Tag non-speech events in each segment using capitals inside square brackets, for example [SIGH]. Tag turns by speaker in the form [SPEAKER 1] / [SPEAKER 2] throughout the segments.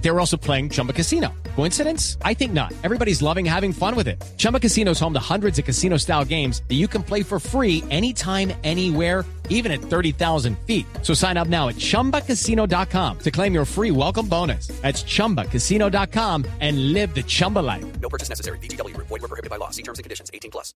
[SPEAKER 1] They were also playing Chumba Casino. Coincidence? I think not. Everybody's loving having fun with it. Chumba Casino is home to hundreds of casino style games that you can play for free anytime, anywhere even at 30,000 feet. So sign up now at ChumbaCasino.com to claim your free welcome bonus. That's ChumbaCasino.com and live the Chumba life.
[SPEAKER 2] No purchase necessary. BGW. Void were prohibited by law. See terms and conditions. 18 plus.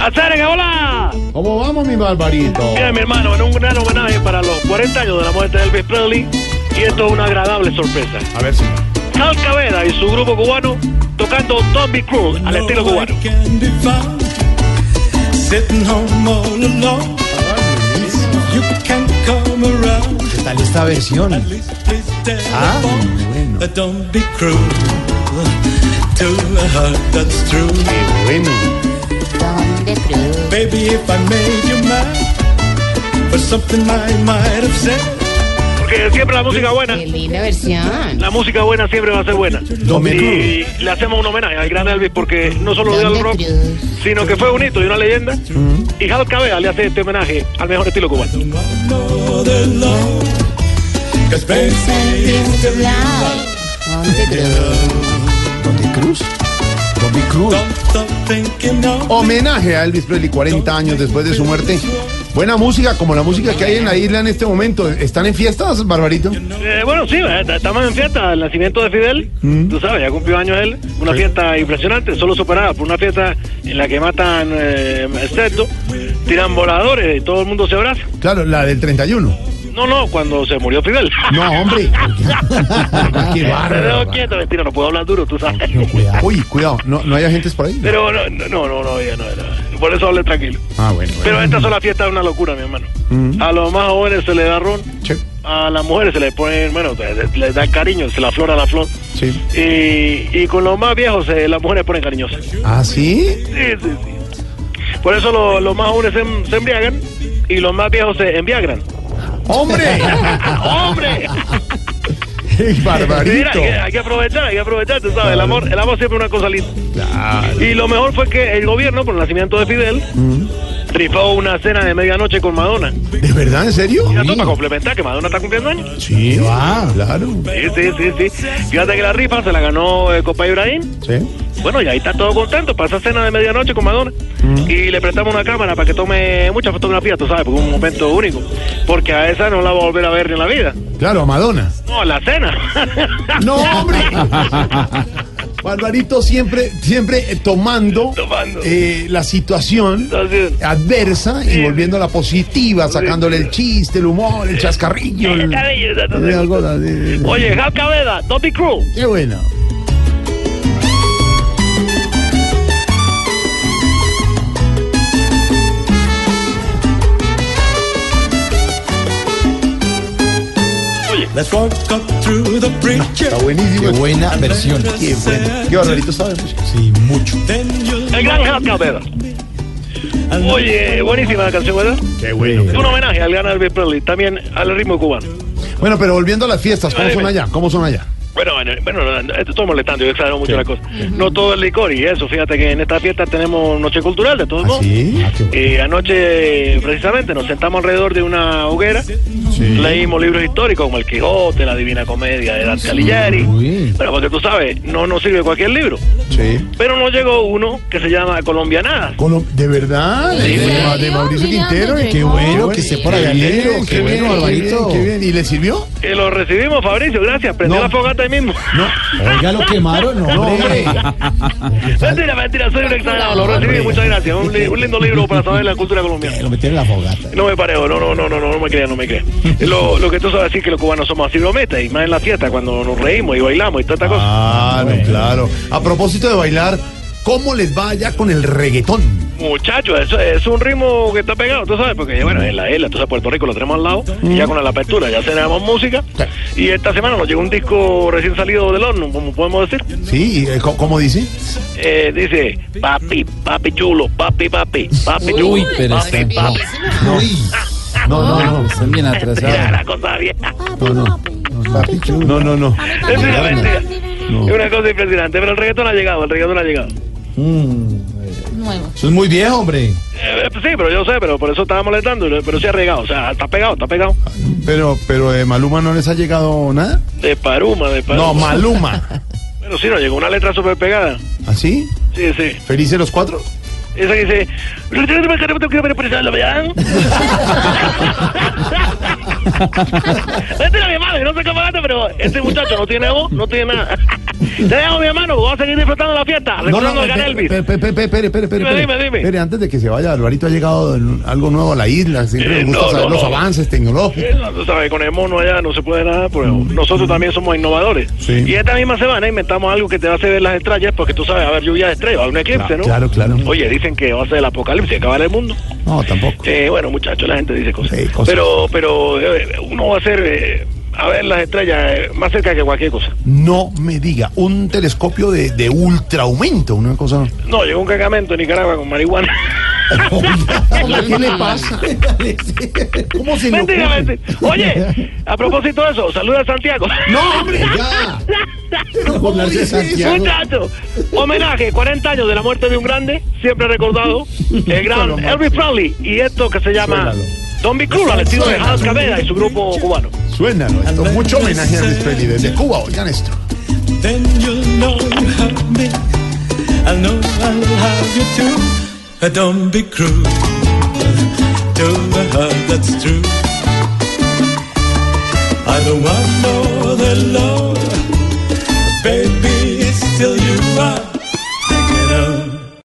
[SPEAKER 3] ¡Azaren, hola!
[SPEAKER 4] ¿Cómo vamos, mi barbarito?
[SPEAKER 3] Mira, mi hermano, en un gran homenaje para los 40 años de la muerte de Elvis Presley, y esto es una agradable sorpresa.
[SPEAKER 4] A ver, señor.
[SPEAKER 3] Sal Cabeda y su grupo cubano tocando Don't Be Cruel al estilo cubano.
[SPEAKER 5] can be found sitting home all alone. You can come around,
[SPEAKER 4] ¿Qué tal esta versión?
[SPEAKER 5] at least please stay
[SPEAKER 4] Ah, bueno.
[SPEAKER 5] But don't be cruel to a heart that's true.
[SPEAKER 4] Bueno.
[SPEAKER 5] Baby, if I made you mad for something I might have said,
[SPEAKER 3] Porque siempre la música buena,
[SPEAKER 6] Qué linda versión.
[SPEAKER 3] la música buena siempre va a ser buena.
[SPEAKER 4] Don't be
[SPEAKER 3] Y le hacemos un homenaje al gran Elvis porque no solo dio al rock, sino que fue un hito y una leyenda. Y Jal Cabeda le hace este homenaje al mejor estilo cubano.
[SPEAKER 5] don't want no other love. Cause baby, it's the love.
[SPEAKER 4] Tommy Cruz. Tommy Cruz.
[SPEAKER 5] Don't stop thinking of
[SPEAKER 4] Homenaje a Elvis Presley 40 años después de su muerte. Buena música, como la música que hay en la isla en este momento. ¿Están en fiestas, Barbarito?
[SPEAKER 3] Eh, bueno, sí, eh, estamos en fiesta, el nacimiento de Fidel,
[SPEAKER 4] Mm.
[SPEAKER 3] tú sabes, ya cumplió años él, una fiesta impresionante, solo superada por una fiesta en la que matan eh, cerdo, tiran voladores y todo el mundo se abraza.
[SPEAKER 4] Claro, la del 31.
[SPEAKER 3] No, no, cuando se murió Fidel. [LAUGHS]
[SPEAKER 4] [LAUGHS] No, hombre. Qué
[SPEAKER 3] Me dejo
[SPEAKER 4] bárbaro.
[SPEAKER 3] quieto, mentira, no puedo hablar duro, tú sabes.
[SPEAKER 4] Cuidado. Uy, cuidado. ¿No, ¿No hay agentes por ahí?
[SPEAKER 3] [LAUGHS] Pero no, no, no, no, no, ya no, no, por eso hablé tranquilo.
[SPEAKER 4] Ah, bueno. bueno. Mm.
[SPEAKER 3] Pero esta sola fiesta es una locura, mi hermano. A los más jóvenes se le da ron,
[SPEAKER 4] Sí,
[SPEAKER 3] a las mujeres se les pone, bueno, les da cariño, se la flora la flor.
[SPEAKER 4] sí.
[SPEAKER 3] Y, y con los más viejos, eh, las mujeres ponen cariñosas. Sí,
[SPEAKER 4] ¿Ah, sí?
[SPEAKER 3] sí, sí. Por eso lo- los más jóvenes se, em- se embriagan y los más viejos se embriagan.
[SPEAKER 4] ¡Hombre!
[SPEAKER 3] ¡Hombre!
[SPEAKER 4] ¡Qué
[SPEAKER 3] Mira,
[SPEAKER 4] barbarito!
[SPEAKER 3] hay que- hay que aprovechar, hay que aprovechar, tú sabes, el amor, el amor siempre es una cosa linda.
[SPEAKER 4] Claro.
[SPEAKER 3] Y lo mejor fue que el gobierno, por el nacimiento de Fidel, rifó una cena de medianoche con Madonna.
[SPEAKER 4] ¿De verdad? ¿En serio?
[SPEAKER 3] Y esto para complementar que Madonna está cumpliendo años.
[SPEAKER 4] Sí, claro.
[SPEAKER 3] Sí, sí, sí, sí. Fíjate que la rifa se la ganó eh, Copa Ibrahim.
[SPEAKER 4] Sí.
[SPEAKER 3] Bueno, y ahí está todo contento. Pasa cena de medianoche con Madonna.
[SPEAKER 4] Mm.
[SPEAKER 3] Y le prestamos una cámara para que tome muchas fotografías, tú sabes, porque es un momento único. Porque a esa no la voy a volver a ver ni en la vida.
[SPEAKER 4] Claro, a Madonna.
[SPEAKER 3] No, a la cena. [LAUGHS]
[SPEAKER 4] No, [LAUGHS] hombre. Barbarito siempre, siempre eh, tomando,
[SPEAKER 3] Tomando.
[SPEAKER 4] eh, la situación
[SPEAKER 3] Entonces,
[SPEAKER 4] adversa y volviéndola positiva, sacándole el chiste, el humor, el chascarrillo. el-
[SPEAKER 3] Está bien, está bien.
[SPEAKER 4] eh, algo así.
[SPEAKER 3] Oye, Hal Cabeda, don't be cruel.
[SPEAKER 4] Qué bueno.
[SPEAKER 5] Let's walk up through the preacher.
[SPEAKER 4] buenísimo. Qué Oh. buena
[SPEAKER 5] versión.
[SPEAKER 4] Qué bueno. Qué Barbarito sabe música. Sí, mucho.
[SPEAKER 5] Then you'll
[SPEAKER 3] El gran Hal Cabeda. Oye, buenísima la canción, ¿verdad?
[SPEAKER 4] Qué bueno.
[SPEAKER 3] Un homenaje al gran Elvis Presley, también al ritmo cubano.
[SPEAKER 4] Bueno, pero volviendo a las fiestas, ¿cómo son allá? ¿Cómo son allá?
[SPEAKER 3] Bueno, bueno, bueno, no, no, esto estoy molestando, yo exagero mucho la cosa. No todo el licor y eso, fíjate que en esta fiesta tenemos noche cultural de todos
[SPEAKER 4] ¿Ah,
[SPEAKER 3] modos.
[SPEAKER 4] sí? Ah, qué bueno.
[SPEAKER 3] Eh, anoche, precisamente, nos sentamos alrededor de una hoguera, leímos libros históricos como El Quijote, La Divina Comedia de Dante Alighieri.
[SPEAKER 4] bien.
[SPEAKER 3] Bueno, porque tú sabes, no nos sirve cualquier libro.
[SPEAKER 4] Sí.
[SPEAKER 3] Pero nos llegó uno que se llama Colombianadas.
[SPEAKER 4] Colo- ¿De verdad?
[SPEAKER 3] Sí,
[SPEAKER 4] de,
[SPEAKER 3] señor.
[SPEAKER 4] de Mauricio
[SPEAKER 6] Mira,
[SPEAKER 4] Quintero.
[SPEAKER 6] me
[SPEAKER 4] y
[SPEAKER 6] llegó.
[SPEAKER 4] que esté por
[SPEAKER 6] Qué
[SPEAKER 4] allá.
[SPEAKER 6] bien,
[SPEAKER 4] lejos,
[SPEAKER 6] qué
[SPEAKER 4] Qué bueno,
[SPEAKER 6] bueno,
[SPEAKER 4] Barbarito.
[SPEAKER 6] Barbarito.
[SPEAKER 4] Qué bien. ¿Y le sirvió?
[SPEAKER 3] Eh, lo recibimos, Fabricio, gracias. Prendí
[SPEAKER 4] No.
[SPEAKER 3] la fogata ahí mismo.
[SPEAKER 4] Oiga, lo quemaron, no, hombre.
[SPEAKER 3] [LAUGHS] mentira, mentira, soy un exagerado. Lo recibí, muchas gracias. Un, li- un lindo libro para saber la cultura colombiana.
[SPEAKER 4] Lo metieron en la fogata.
[SPEAKER 3] No me pareo, no, no, no, no, no, no me creas, no me
[SPEAKER 4] [LAUGHS]
[SPEAKER 3] creas. Lo, lo que tú sabes es que los cubanos somos así brometas, y más en la fiesta, cuando nos reímos y bailamos y toda esta cosa.
[SPEAKER 4] Ah, no, claro. A propósito de bailar, ¿cómo les va allá con el reggaetón?
[SPEAKER 3] Muchachos, eso es un ritmo que está pegado, tú sabes, porque bueno, en la isla, tú sabes, Puerto Rico lo tenemos al lado, y ya con la apertura, ya tenemos música, y esta semana nos llegó un disco recién salido del horno, como podemos decir.
[SPEAKER 4] Sí, ¿y, eh, co- ¿cómo dice?
[SPEAKER 3] Eh, dice, papi, papi chulo, papi, papi, papi chulo.
[SPEAKER 7] Uy, pero
[SPEAKER 3] papi,
[SPEAKER 7] ese no.
[SPEAKER 3] papi.
[SPEAKER 4] Uy. No, no, no.
[SPEAKER 7] Están bien
[SPEAKER 3] Mira
[SPEAKER 7] atrasados.
[SPEAKER 3] la cosa
[SPEAKER 7] Ah,
[SPEAKER 3] vieja.
[SPEAKER 4] No, no, no.
[SPEAKER 3] Es una mentira. Es una cosa impresionante, pero el reggaetón ha llegado, el reggaetón ha llegado.
[SPEAKER 6] nuevo.
[SPEAKER 7] Eso es muy viejo, hombre.
[SPEAKER 3] Eh, pues sí, pero yo sé, pero por eso estaba molestando, pero sí ha regado, o sea, está pegado, está pegado.
[SPEAKER 4] Pero, pero de Maluma no les ha llegado nada.
[SPEAKER 3] De Paruma, de Paruma.
[SPEAKER 4] No, Maluma.
[SPEAKER 3] Pero sí, nos llegó una letra súper pegada.
[SPEAKER 4] ¿Así?
[SPEAKER 3] Sí, sí.
[SPEAKER 4] ¿Felices los cuatro?
[SPEAKER 3] Esa que dice... Este era mi hermano, yo no sé cómo gata, pero este muchacho no tiene voz, no tiene nada. Te dejo, mi hermano, voy a seguir disfrutando la fiesta, recordando a Elvis.
[SPEAKER 4] espere, espere, espere, espere, espere, espere.
[SPEAKER 3] Dime, dime, dime.
[SPEAKER 4] Espere, antes de que se vaya, Alvarito ha llegado en- algo nuevo a la isla. Siempre
[SPEAKER 3] Eh,
[SPEAKER 4] nos gusta
[SPEAKER 3] no, no,
[SPEAKER 4] saber
[SPEAKER 3] Eh.
[SPEAKER 4] los
[SPEAKER 3] no.
[SPEAKER 4] avances tecnológicos.
[SPEAKER 3] No, Tú sabes, con el mono allá no se puede nada, pero nosotros también somos innovadores.
[SPEAKER 4] Mm. Sí.
[SPEAKER 3] Y esta misma semana inventamos algo que te va a hacer ver las estrellas, porque tú sabes, va a haber lluvia de estrellas, va a haber un eclipse, ¿no?
[SPEAKER 4] Claro, claro.
[SPEAKER 3] Oye, dicen que va a ser el apocalipsis, acabar el mundo.
[SPEAKER 4] No, tampoco.
[SPEAKER 3] Eh, bueno, muchachos, la gente dice cosas.
[SPEAKER 4] Sí, cosas.
[SPEAKER 3] Pero, pero eh, uno va a ser eh, a ver las estrellas eh, más cerca que cualquier cosa.
[SPEAKER 4] No me diga, un telescopio de, de ultra aumento, una cosa.
[SPEAKER 3] No, llegó un cargamento en Nicaragua con
[SPEAKER 4] [LAUGHS]
[SPEAKER 3] marihuana.
[SPEAKER 4] ¿Qué le pasa? ¿Cómo se le
[SPEAKER 3] Mentira,
[SPEAKER 4] ocurre?
[SPEAKER 3] mentira. Oye, a propósito de eso, saluda a Santiago.
[SPEAKER 4] No, hombre,
[SPEAKER 3] [LAUGHS]
[SPEAKER 4] ya. Hablarse de Santiago.
[SPEAKER 3] Muchachos, homenaje, 40 años de la muerte de un grande, siempre
[SPEAKER 4] [LAUGHS]
[SPEAKER 3] recordado, el gran Elvis Presley, y esto que se llama
[SPEAKER 4] Suélalo.
[SPEAKER 3] Don Be Cool, al estilo de Hans Cabeda y su grupo cubano.
[SPEAKER 4] Suénalo esto. Mucho homenaje a mis Presley desde Cuba. Oigan esto.
[SPEAKER 5] Then you'll know you have me. I know I'll have you too. Uh, Don't be cruel to her, that's true.